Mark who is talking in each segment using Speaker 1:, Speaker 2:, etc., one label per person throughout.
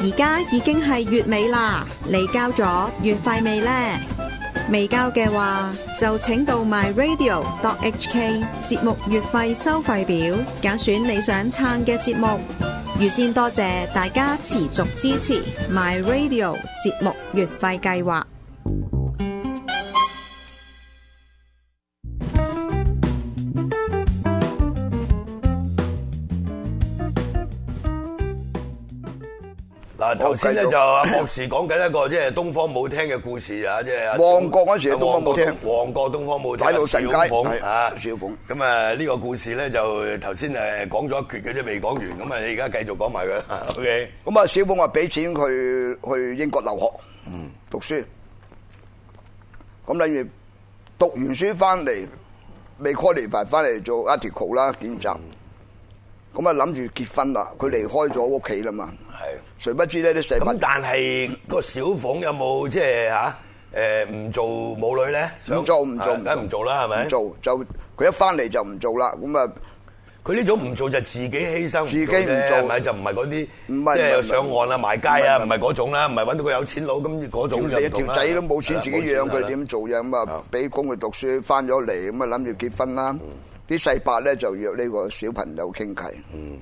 Speaker 1: 而家已經係月尾啦，你交咗月費未呢？未交嘅話，就請到 myradio.hk 節目月費收費表，揀選你想撐嘅節目。預先多謝大家持續支持 myradio 節目月費計劃。
Speaker 2: 嗱，頭先咧
Speaker 3: 繼續
Speaker 2: 就阿博士講緊一個即係東方冇聽嘅故事啊，即係阿小
Speaker 3: 旺角嗰陣時東方冇聽
Speaker 2: 旺角東方冇聽，
Speaker 3: 擺到神街
Speaker 2: 小鳳
Speaker 3: 係
Speaker 2: 啊，
Speaker 3: 小鳳
Speaker 2: 咁啊，呢個故事咧就頭先誒講咗一橛嘅啫，未講完，咁啊，你而家繼續講埋佢啦 ，OK？
Speaker 3: 咁啊，小鳳話俾錢佢去英國留學，嗯，讀書。咁例如讀完書翻嚟，未 qualify 翻嚟做 article 啦，見習。咁啊，啊諗住結婚啦，佢離開咗屋企啦嘛。
Speaker 2: 係。
Speaker 3: 誰不知呢啲細
Speaker 2: 咁
Speaker 3: 蚊
Speaker 2: 但係個小鳳有冇即係嚇誒唔做母女咧？想
Speaker 3: 唔做唔做
Speaker 2: 啊梗係唔做啦，係咪？
Speaker 3: 唔。做就佢一翻嚟就唔做啦。咁啊，
Speaker 2: 佢呢種唔做就自己犧牲，
Speaker 3: 自己唔做
Speaker 2: 啫係咪就唔係嗰啲
Speaker 3: 唔係
Speaker 2: 即
Speaker 3: 唔
Speaker 2: 係
Speaker 3: 係
Speaker 2: 上岸啊、賣街啊，
Speaker 3: 唔係
Speaker 2: 唔係嗰種啦，唔係揾到個有錢佬咁嗰種就
Speaker 3: 你
Speaker 2: 唔同啊
Speaker 3: 條
Speaker 2: 啦啊
Speaker 3: 仔都冇錢自己養
Speaker 2: 係
Speaker 3: 佢
Speaker 2: 啦
Speaker 3: 點做嘢咁啊
Speaker 2: 啊？嗯
Speaker 3: 俾工佢讀書，翻咗嚟咁啊諗住結婚啦。啲細伯咧就約呢個小朋友傾偈。
Speaker 2: 嗯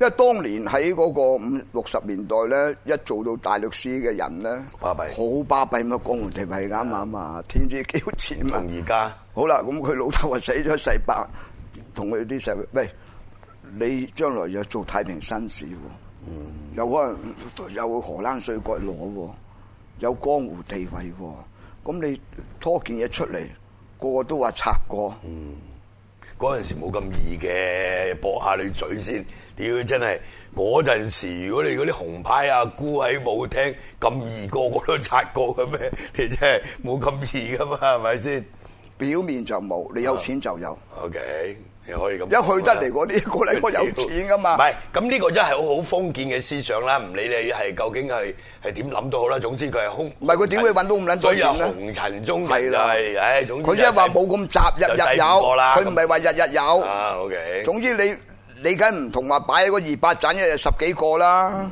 Speaker 3: 因為當年喺嗰個五六十年代咧，一做到大律師嘅人咧，
Speaker 2: 巴閉
Speaker 3: 好巴閉咁啊，江湖地位啱唔啱啊？天之驕
Speaker 2: 唔
Speaker 3: 子啊嘛！
Speaker 2: 同而家
Speaker 3: 好啦，咁佢老豆啊死咗世伯，同佢啲細伯，喂，你將來又做太平紳士喎，
Speaker 2: 嗯
Speaker 3: 有可能有荷蘭水角攞喎，有江湖地位喎，咁你拖件嘢出嚟，個個都話拆過，
Speaker 2: 嗯嗰陣時冇咁易嘅，駁下你嘴先。屌真係嗰陣時，如果你嗰啲紅牌阿姑喺舞廳咁易，個個都擦過嘅咩？你真係冇咁易噶嘛，係咪先
Speaker 3: 表面就冇，你有錢就
Speaker 2: 啊
Speaker 3: 有，
Speaker 2: ？OK，你可以咁講啦。
Speaker 3: 一去得嚟嗰啲過嚟我有錢噶嘛
Speaker 2: 唔，係，咁呢個真係好好封建嘅思想啦。唔理你係究竟係係點諗都好啦，總之佢係空。
Speaker 3: 唔係佢點會揾到咁撚多錢
Speaker 2: 所以
Speaker 3: 咧
Speaker 2: 啊紅塵中
Speaker 3: 係
Speaker 2: 人就
Speaker 3: 啦
Speaker 2: 係，唉，總之
Speaker 3: 佢即係話冇咁雜，日
Speaker 2: 就
Speaker 3: 日
Speaker 2: 細
Speaker 3: 有，
Speaker 2: 個啦
Speaker 3: 佢唔係話日日有。
Speaker 2: 啊，OK。
Speaker 3: 總之你你梗唔同話擺喺嗰二百盞一日十幾個啦，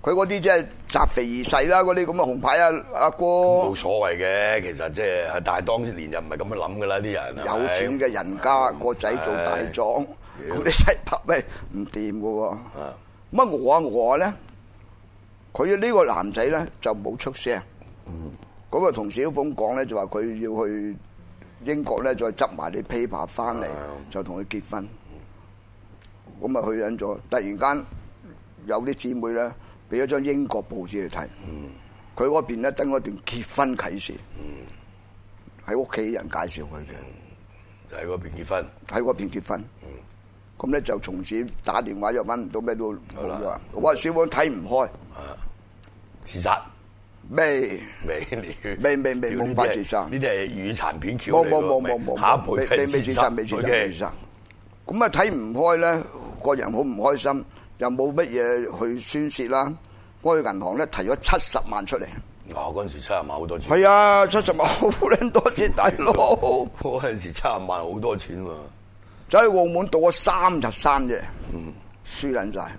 Speaker 3: 佢嗰啲即係集肥而細啦，嗰啲咁嘅紅牌啊阿哥，
Speaker 2: 冇所謂嘅，其實即係，但係當年就唔係咁樣諗噶啦，啲人係咪
Speaker 3: 有錢嘅人家個仔做大狀，嗰啲細伯喂唔掂噶喎。
Speaker 2: 啊
Speaker 3: 乜我啊我咧，佢呢個男仔咧就冇出聲。嗰、個同小鳳講咧就話佢要去英國咧再執埋啲 paper 翻嚟，就同佢結婚。咁啊去緊咗，突然間有啲姊妹咧俾咗張英國報紙嚟睇，佢嗰邊咧登嗰段結婚啟事，喺屋企人介紹佢嘅。
Speaker 2: 嗯就喺嗰邊結婚。
Speaker 3: 喺嗰邊結婚。咁咧就從此打電話又揾唔到咩都冇咗。我話小王睇唔開，
Speaker 2: 自殺
Speaker 3: 未
Speaker 2: 未？你
Speaker 3: 未未未
Speaker 2: 屌
Speaker 3: 冇法自殺
Speaker 2: 呢啲係呢啲係語殘片橋嚟
Speaker 3: 冇
Speaker 2: 㗎
Speaker 3: 冇冇冇冇
Speaker 2: 下一
Speaker 3: 冇，
Speaker 2: 輩
Speaker 3: 未
Speaker 2: 都係
Speaker 3: 未未自殺未自殺未自
Speaker 2: OK
Speaker 3: 殺。咁啊睇唔開咧，個人好唔開心，又冇乜嘢去宣泄啦。我去銀行咧提咗七十萬出嚟，
Speaker 2: 哦，嗰陣時七十萬好多錢。
Speaker 3: 係啊，七十萬好撚多錢大佬，
Speaker 2: 嗰陣時七十萬好多錢喎。
Speaker 3: 走去澳門賭咗三日三夜，輸撚晒，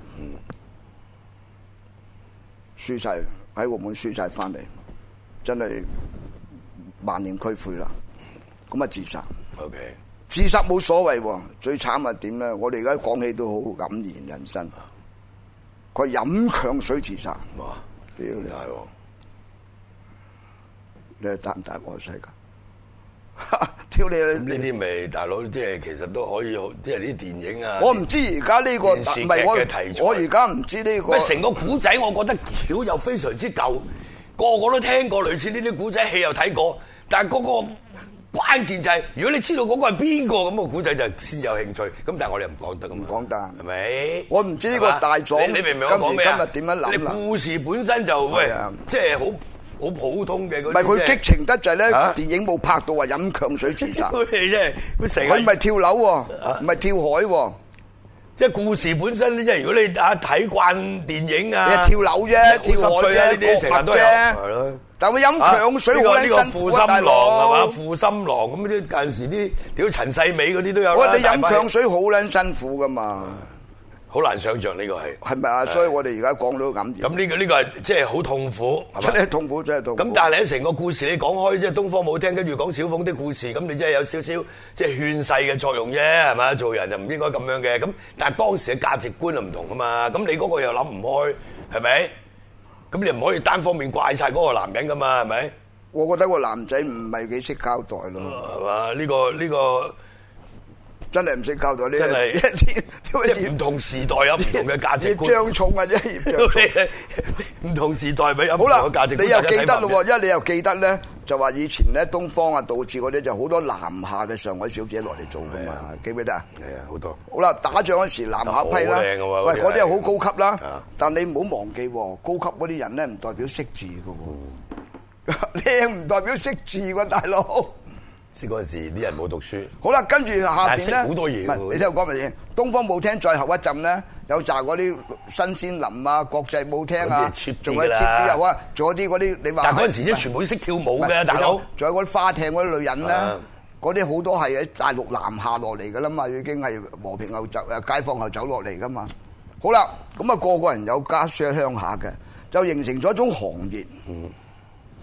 Speaker 3: 輸晒喺澳門輸晒翻嚟，真係萬念俱灰啦。咁啊自殺，
Speaker 2: OK，
Speaker 3: 自殺冇所謂喎，最慘係點咧？我哋而家講起都好黯然人生。佢飲強水自殺，
Speaker 2: 哇，
Speaker 3: 屌你
Speaker 2: 係喎。
Speaker 3: 你係大唔大我世界？ 屌
Speaker 2: 咁
Speaker 3: 你！
Speaker 2: 呢啲咪大佬，即係其實都可以好，即係啲電影啊。
Speaker 3: 我唔知而家呢個，
Speaker 2: 電視劇
Speaker 3: 唔係
Speaker 2: 嘅題材
Speaker 3: 我我而家唔知呢個
Speaker 2: 喂，。成個古仔我覺得橋又非常之舊，個個都聽過類似呢啲古仔，戲又睇過，但係嗰個關鍵就係、如果你知道嗰個係邊個咁個古仔，就先有興趣。咁但係我哋唔講得咁，啊
Speaker 3: 唔講得
Speaker 2: 係咪？
Speaker 3: 我唔知呢個
Speaker 2: 係嘛
Speaker 3: 大狀
Speaker 2: 你你明唔明我講咩啊
Speaker 3: 今時今日點樣諗啦
Speaker 2: 你故事本身就喂
Speaker 3: 係啊，
Speaker 2: 即係好好普通嘅嗰啲。
Speaker 3: 唔係佢激情得滯咧，
Speaker 2: 啊
Speaker 3: 電影冇拍到話飲強 水自殺，
Speaker 2: 佢真係佢成日
Speaker 3: 佢唔係跳樓喎，唔係跳海喎，
Speaker 2: 即係故事本身，即係如果你啊睇慣電影
Speaker 3: 你
Speaker 2: 啊，
Speaker 3: 係跳樓啫，跳
Speaker 2: 好濕碎啊
Speaker 3: 海
Speaker 2: 呢啲
Speaker 3: 啫，
Speaker 2: 成
Speaker 3: 割
Speaker 2: 日
Speaker 3: 脈
Speaker 2: 都有係
Speaker 3: 啫
Speaker 2: 咯。
Speaker 3: 但佢飲強水好
Speaker 2: 啊呢個呢
Speaker 3: 撚
Speaker 2: 個負
Speaker 3: 辛苦啊，
Speaker 2: 心郎
Speaker 3: 大
Speaker 2: 係
Speaker 3: 佬
Speaker 2: 嘛？。負心郎咁啲近時啲屌陳世美嗰啲都有
Speaker 3: 我
Speaker 2: 啦。
Speaker 3: 話你
Speaker 2: 大
Speaker 3: 飲
Speaker 2: 把
Speaker 3: 強水好撚辛苦噶嘛，
Speaker 2: 好難想像呢個係。
Speaker 3: 係咪啊？所以我哋而家講到咁，
Speaker 2: 咁呢、個呢、個係即係好痛苦，係
Speaker 3: 真
Speaker 2: 嘛？
Speaker 3: 係痛苦，真係痛苦。
Speaker 2: 咁但係你喺成個故事你講開即係東方冇聽，跟住講小鳳的故事，咁你即係有少少即係勸世嘅作用啫，係嘛？做人就唔應該咁樣嘅。咁但係當時嘅價值觀就唔同啊嘛。咁你嗰個又諗唔開，係咪？咁你唔可以單方面怪晒嗰個男人噶嘛，係咪？
Speaker 3: 我覺得個男仔唔係幾識交代咯，
Speaker 2: 係嘛？呢、個呢、個
Speaker 3: 真係唔識交代呢
Speaker 2: 真 係
Speaker 3: 啲，因
Speaker 2: 即
Speaker 3: 為
Speaker 2: 係
Speaker 3: 葉
Speaker 2: 唔同時代有唔同嘅價值
Speaker 3: 葉
Speaker 2: 觀。
Speaker 3: 張重啊，啫葉 張重。
Speaker 2: 唔同時代咪有唔
Speaker 3: 好
Speaker 2: 同
Speaker 3: 啦
Speaker 2: 嘅價，值觀。
Speaker 3: 你又
Speaker 2: 大家
Speaker 3: 記得
Speaker 2: 睇法
Speaker 3: 咯喎，因為你又記得咧，就話以前咧東方啊、導致嗰啲就好多南下嘅上海小姐落嚟做噶嘛，記唔記得啊？
Speaker 2: 係啊，好多。
Speaker 3: 好啦，打仗嗰時南下批啦，
Speaker 2: 好靚㗎喎
Speaker 3: 喂，
Speaker 2: 嗰啲
Speaker 3: 嗰啲
Speaker 2: 係
Speaker 3: 係好高級啦
Speaker 2: 啊。
Speaker 3: 但你唔好忘記喎，高級嗰啲人咧唔代表識字 嘅喎，靚唔代表識字喎，大佬。
Speaker 2: 即係嗰陣時啲人冇讀書。
Speaker 3: 好啦，跟住下
Speaker 2: 但係
Speaker 3: 邊
Speaker 2: 識
Speaker 3: 咧，
Speaker 2: 好多嘢
Speaker 3: 唔
Speaker 2: 喎
Speaker 3: 係你聽我講埋先。東方舞廳最後一陣咧，有扎嗰啲新鮮林啊、國際舞廳啊
Speaker 2: 嗰啲係 cheap，啲
Speaker 3: 仲有
Speaker 2: 㗎
Speaker 3: cheap
Speaker 2: 啦
Speaker 3: 啲啊，哇！仲有啲嗰啲你話，
Speaker 2: 但嗰陣時
Speaker 3: 喂
Speaker 2: 啲全部都識跳
Speaker 3: 唔
Speaker 2: 舞
Speaker 3: 係
Speaker 2: 嘅，大佬。
Speaker 3: 仲有嗰啲花艇嗰啲女人咧
Speaker 2: 啊，
Speaker 3: 嗰啲好多係喺大陸南下落嚟噶啦嘛，已經係和平後走誒解放後走落嚟噶嘛。好啦，咁啊個個人有家鄉鄉下嘅，就形成咗一種行業。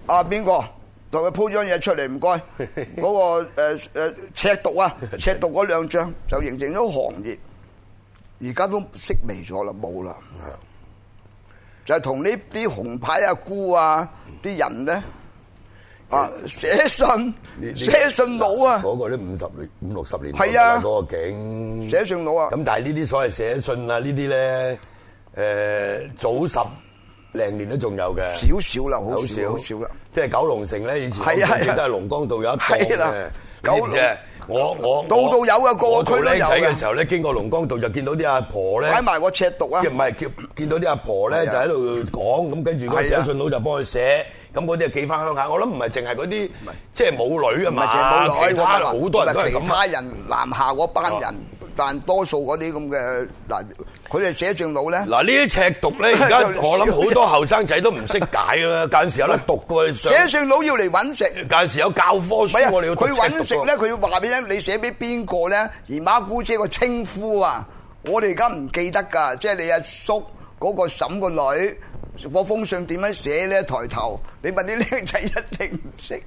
Speaker 3: 啊邊個？同佢鋪張嘢出嚟，唔 該。嗰個誒誒赤毒啊，赤毒嗰兩張就形成咗行業，而家都式微咗啦，冇啦。就係同呢啲紅牌阿姑啊啲人咧啊寫信
Speaker 2: 呢呢
Speaker 3: 寫信佬啊，
Speaker 2: 嗰個都五十年五六十年代
Speaker 3: 係啊
Speaker 2: 嗰個景
Speaker 3: 寫信佬啊，
Speaker 2: 咁但係呢啲所謂寫信啊，呢啲咧 ờ, 誒早十零年都仲有嘅，
Speaker 3: 少少啦，好少好少啦。。
Speaker 2: 即係九龍城咧，以前
Speaker 3: 係啊
Speaker 2: 我記
Speaker 3: 係啊
Speaker 2: 得係龍江道有一檔
Speaker 3: 係啦
Speaker 2: 嘅。
Speaker 3: 九龍
Speaker 2: 你知唔知啊我我
Speaker 3: 道道有啊個個
Speaker 2: 我做
Speaker 3: 區都有
Speaker 2: 僆仔
Speaker 3: 嘅
Speaker 2: 嘅時候咧，經過龍江道就見到啲阿婆咧，
Speaker 3: 擺埋個赤毒啊
Speaker 2: 即係，唔係見見到啲阿婆咧
Speaker 3: 係
Speaker 2: 就
Speaker 3: 啊
Speaker 2: 喺度講，咁跟住嗰個
Speaker 3: 係啊
Speaker 2: 寫信佬就幫佢寫，咁嗰啲就寄翻鄉下。我諗唔係淨係嗰啲
Speaker 3: 係
Speaker 2: 即係母女啊
Speaker 3: 唔
Speaker 2: 嘛，
Speaker 3: 係淨係冇
Speaker 2: 其
Speaker 3: 女，
Speaker 2: 他好多人都係
Speaker 3: 其
Speaker 2: 咁啊
Speaker 3: 他。人南下嗰班人，但多數嗰啲咁嘅嗱，佢哋寫信佬咧，
Speaker 2: 嗱呢啲赤 讀咧，而家
Speaker 3: 就
Speaker 2: 我諗好多後生仔都唔識解 啦，間陣時有得讀嘅喎，
Speaker 3: 寫
Speaker 2: 上
Speaker 3: 信佬要嚟揾食。
Speaker 2: 間時有教科
Speaker 3: 唔係啊
Speaker 2: 書，我哋要讀
Speaker 3: 佢揾食
Speaker 2: 赤讀
Speaker 3: 咧，
Speaker 2: 嘅
Speaker 3: 佢要話俾你聽，你寫俾邊個咧？姨媽姑姐個稱呼啊，我哋而家唔記得㗎，即係你阿叔嗰個嬸個女。嗰封信點樣寫咧？抬頭，你問啲僆仔一定唔識。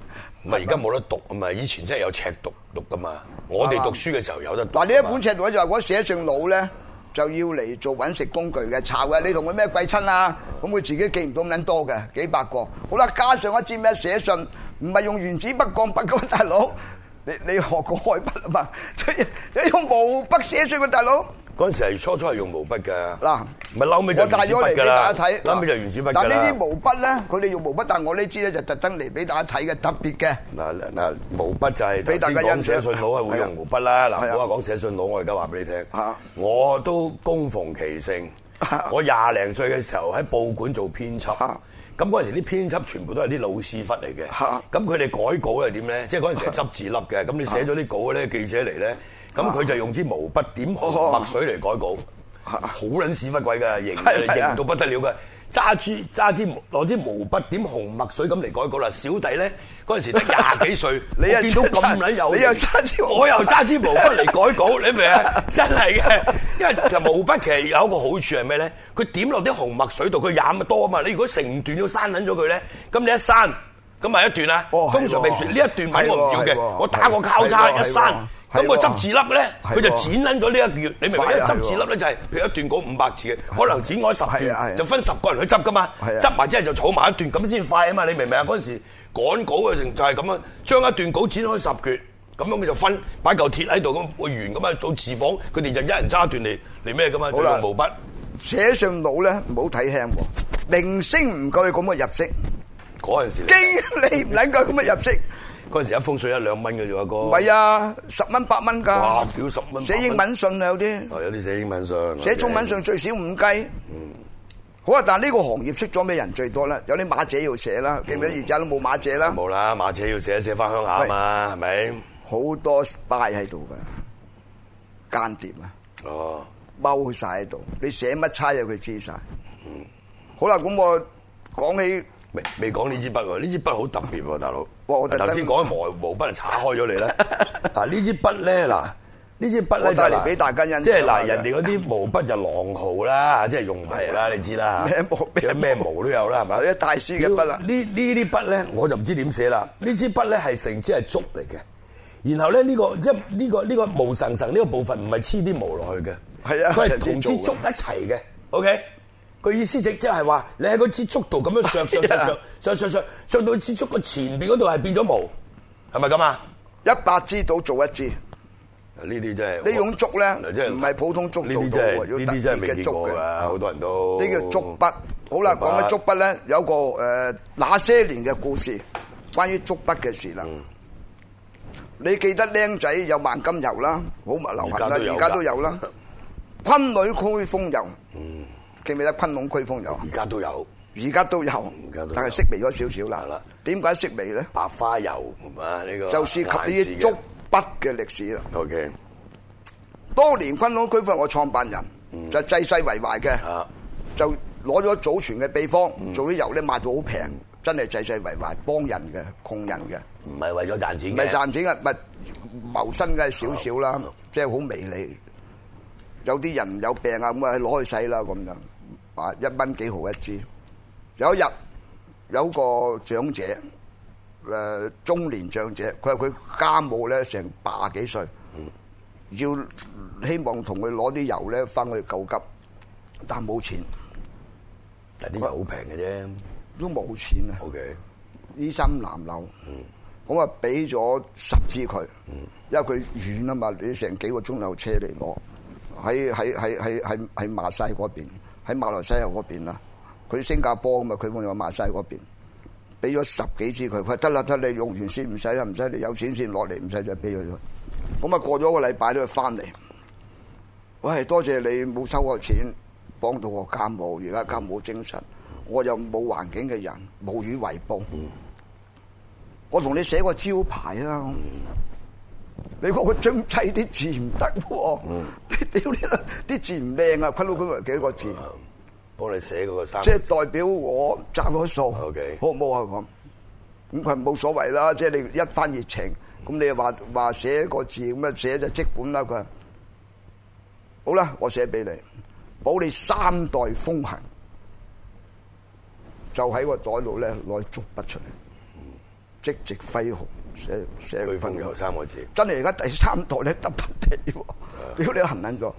Speaker 2: 唔係而家冇得讀啊嘛，以前真係有赤讀讀噶嘛，我哋讀書嘅時候有得讀。
Speaker 3: 嗱，呢一本尺度咧就係嗰寫信佬咧，就要嚟做揾食工具嘅，炒嘅。你同佢咩貴親啊？咁佢自己記唔到咁撚多嘅，幾百個。好啦，加上一支咩寫信，唔係用原子筆鋼筆嘅喎，大佬。你你學過開筆啊嘛？ 即係即係用毛筆寫信嘅大佬。
Speaker 2: 嗰陣時係初初係用毛筆㗎，
Speaker 3: 嗱
Speaker 2: 唔係嬲尾就
Speaker 3: 我
Speaker 2: 原
Speaker 3: 帶
Speaker 2: 子
Speaker 3: 咗
Speaker 2: 筆
Speaker 3: 嚟俾
Speaker 2: 㗎
Speaker 3: 大
Speaker 2: 啦，
Speaker 3: 家睇。
Speaker 2: 嬲尾就原子筆
Speaker 3: 但
Speaker 2: 㗎
Speaker 3: 呢
Speaker 2: 啦
Speaker 3: 啲。毛筆咧，佢哋用毛筆，但我呢支咧就特登嚟俾大家睇嘅，特別嘅。
Speaker 2: 嗱嗱，毛筆就係
Speaker 3: 俾大家
Speaker 2: 頭先講
Speaker 3: 欣賞
Speaker 2: 寫信佬係會用毛筆啦。
Speaker 3: 係啊
Speaker 2: 嗱，唔好話講寫信佬，我而家話俾你聽
Speaker 3: 嚇，
Speaker 2: 我都供逢其盛。我廿零歲嘅時候喺報館做編輯，
Speaker 3: 嚇
Speaker 2: 咁嗰陣時啲編輯全部都係啲老屎忽嚟嘅
Speaker 3: 嚇。
Speaker 2: 咁佢哋改稿係點咧？即係嗰陣時係執字粒嘅，咁你寫咗啲稿咧，記者嚟咧，咁佢就用支毛筆點
Speaker 3: 哦
Speaker 2: 紅墨水嚟改稿，好撚屎忽鬼㗎，型
Speaker 3: 係係啊
Speaker 2: 型到不得了嘅。揸住揸支攞支毛筆點紅墨水咁嚟改稿啦，小弟咧嗰陣時得廿 幾歲，
Speaker 3: 你又
Speaker 2: 我見到咁撚有型，
Speaker 3: 你又揸支毛筆
Speaker 2: 我又揸支毛筆嚟改稿，你明唔明 啊？真係嘅，因為其實毛筆其實有一個好處係咩咧？佢點落啲紅墨水度，佢染得多啊嘛。你如果成段都刪撚咗佢咧，咁你一刪咁咪一段啦。
Speaker 3: 哦係喎
Speaker 2: 通常譬如呢一段文我唔要
Speaker 3: 係喎係喎
Speaker 2: 嘅，我打個交叉
Speaker 3: 係喎
Speaker 2: 一刪，
Speaker 3: 係喎
Speaker 2: 咁個執字粒咧，
Speaker 3: 係喎
Speaker 2: 佢就剪撚咗呢一段，你明唔明啊？因
Speaker 3: 快
Speaker 2: 為
Speaker 3: 啊
Speaker 2: 執字粒咧就係譬如一段稿五百字嘅，可能剪開十
Speaker 3: 係啊係啊
Speaker 2: 段，就分十個人去執噶嘛。
Speaker 3: 係啊
Speaker 2: 執埋之後就儲埋一段，咁先快啊嘛！你明唔明啊？嗰陣時趕稿嘅程就係咁樣，將一段稿剪開十橛，咁樣佢就分擺嚿鐵喺度咁會完咁啊！到字房佢哋就一人揸一段嚟嚟咩噶嘛？
Speaker 3: 好
Speaker 2: 就
Speaker 3: 啦
Speaker 2: 用毛筆。
Speaker 3: 寫信佬咧唔好睇輕喎，明星唔夠佢咁嘅入息。
Speaker 2: 嗰陣時嚟
Speaker 3: 經理唔撚夠咁嘅入息，
Speaker 2: 嗰陣時一封水一兩蚊嘅啫，阿哥。
Speaker 3: 唔係啊，十蚊八蚊
Speaker 2: 哇
Speaker 3: 㗎。！
Speaker 2: 屌十蚊。
Speaker 3: 寫英文信啊有啲，
Speaker 2: 哦，有啲寫英文信。
Speaker 3: 寫中文信最少五雞。
Speaker 2: 嗯
Speaker 3: 好啊，但呢個行業識咗咩人最多咧？有啲馬姐要寫啦，記唔記得而家都冇馬姐啦，
Speaker 2: 嗯冇啦，馬車要寫寫翻鄉下啊嘛，係咪？
Speaker 3: 好多 spy 喺度㗎，間諜啊！
Speaker 2: 哦，
Speaker 3: 踎晒喺度，你寫乜差嘢佢知晒。
Speaker 2: 嗯
Speaker 3: 好啦，咁我講起
Speaker 2: 未未講呢支筆喎，呢支筆好特別喎，大佬。
Speaker 3: 哇我特登
Speaker 2: 啊頭先講毛毛筆，岔開咗你啦。嗱呢支筆咧，嗱呢支筆
Speaker 3: 我
Speaker 2: 咧
Speaker 3: 帶
Speaker 2: 就
Speaker 3: 嚟俾大家欣賞
Speaker 2: 即係
Speaker 3: 下
Speaker 2: 嗱，
Speaker 3: 嘅
Speaker 2: 人哋嗰啲毛筆就狼毫啦，即係用毛
Speaker 3: 係
Speaker 2: 啦，你知啦。
Speaker 3: 咩毛咩
Speaker 2: 有咩毛都有啦，係咪？
Speaker 3: 係哎一大師嘅筆啦
Speaker 2: 呢呢啲筆咧，我就唔知點寫啦。呢支筆咧係成支係竹嚟嘅，然後咧呢個一呢個呢個毛神神呢個部分唔係黐啲毛落去嘅，
Speaker 3: 係啊
Speaker 2: 佢係
Speaker 3: 成
Speaker 2: 同
Speaker 3: 支
Speaker 2: 支
Speaker 3: 做嘅
Speaker 2: 竹一齊嘅。OK，佢意思即即係話你喺嗰支竹度咁樣削削
Speaker 3: 係
Speaker 2: 削
Speaker 3: 啊
Speaker 2: 削削削削到支竹個前邊嗰度係變咗毛，係咪咁啊？
Speaker 3: 一百支到做一支。
Speaker 2: 呢啲真係
Speaker 3: 呢種竹咧
Speaker 2: 嗱真係
Speaker 3: 唔係普通竹
Speaker 2: 呢
Speaker 3: 做
Speaker 2: 啲
Speaker 3: 到
Speaker 2: 真
Speaker 3: 喎，要
Speaker 2: 係呢
Speaker 3: 特
Speaker 2: 啲真係
Speaker 3: 別
Speaker 2: 未
Speaker 3: 嘅
Speaker 2: 見
Speaker 3: 竹
Speaker 2: 過
Speaker 3: 嘅。
Speaker 2: 㗎，好多人都
Speaker 3: 呢叫竹筆。好啦，講起竹筆咧，有一個誒、呃那些年嘅故事，關於竹筆嘅事啦。你記得僆仔有萬金油啦，好流行啦，
Speaker 2: 而家都有㗎
Speaker 3: 而家都有 啦。昆女區風油，記唔記得昆龍區風油啊？
Speaker 2: 而家都有
Speaker 3: 而家都有
Speaker 2: 而家都有，
Speaker 3: 但係式微咗少少
Speaker 2: 係啦
Speaker 3: 啦。點解式微咧？
Speaker 2: 白花油係嘛？呢個
Speaker 3: 就涉及呢啲竹筆嘅歷史啦。
Speaker 2: O K
Speaker 3: 當年昆龍區風油我創辦人，就濟世為懷嘅。
Speaker 2: 啊，
Speaker 3: 就攞咗祖傳嘅秘方，做啲油咧賣到好平，真係濟世為懷，幫人嘅窮人嘅，
Speaker 2: 唔係為咗賺錢
Speaker 3: 唔
Speaker 2: 嘅
Speaker 3: 係賺錢嘅，咪謀生嘅少少啦
Speaker 2: 嗯，
Speaker 3: 即係好微利。有啲人有病啊，咁啊攞去洗啦咁樣，啊一蚊幾毫一支。有一日有個長者，誒、中年長者，佢話佢家母咧成八幾歲，要希望同佢攞啲油咧翻去救急，但冇錢。
Speaker 2: 但啲油好平嘅啫。
Speaker 3: 都冇錢啊！
Speaker 2: O K，
Speaker 3: 衣衫襤褸，咁啊俾咗十支佢，因為佢遠啊嘛，你成幾個鐘頭車嚟攞，喺喺喺喺喺喺馬西嗰邊，喺馬來西亞嗰邊啦，啊佢新加坡咁啊，佢冇咗馬西嗰邊，俾咗十幾支佢，佢話得啦得啦，你用完先唔使啦，唔使你有錢先落嚟，唔使再俾佢啦。咁啊過咗個禮拜咧，佢翻嚟，喂多謝你冇收我錢，幫到我家母，而家家母精神，我又冇環境嘅人，無以為報。我同你寫個招牌啊！你嗰個張砌啲字唔得喎，你 屌你啦！啲字唔靚啊，坤佬佢幾個字，
Speaker 2: 啊幫你寫嗰個衫
Speaker 3: 即。係代表我賺嗰數
Speaker 2: Ờ. OK
Speaker 3: 好唔好啊？咁咁佢冇所謂啦，即係你一番熱情，咁你又話話寫個字咁啊，寫就即管啦佢話。好啦，我寫俾你，保你三代風行，就喺個袋度咧攞竹筆出嚟，即直揮毫寫寫
Speaker 2: 佢
Speaker 3: 佢
Speaker 2: 風
Speaker 3: 分
Speaker 2: 油三個字。
Speaker 3: 真係而家第三代咧得不地喎，屌你都痕撚咗。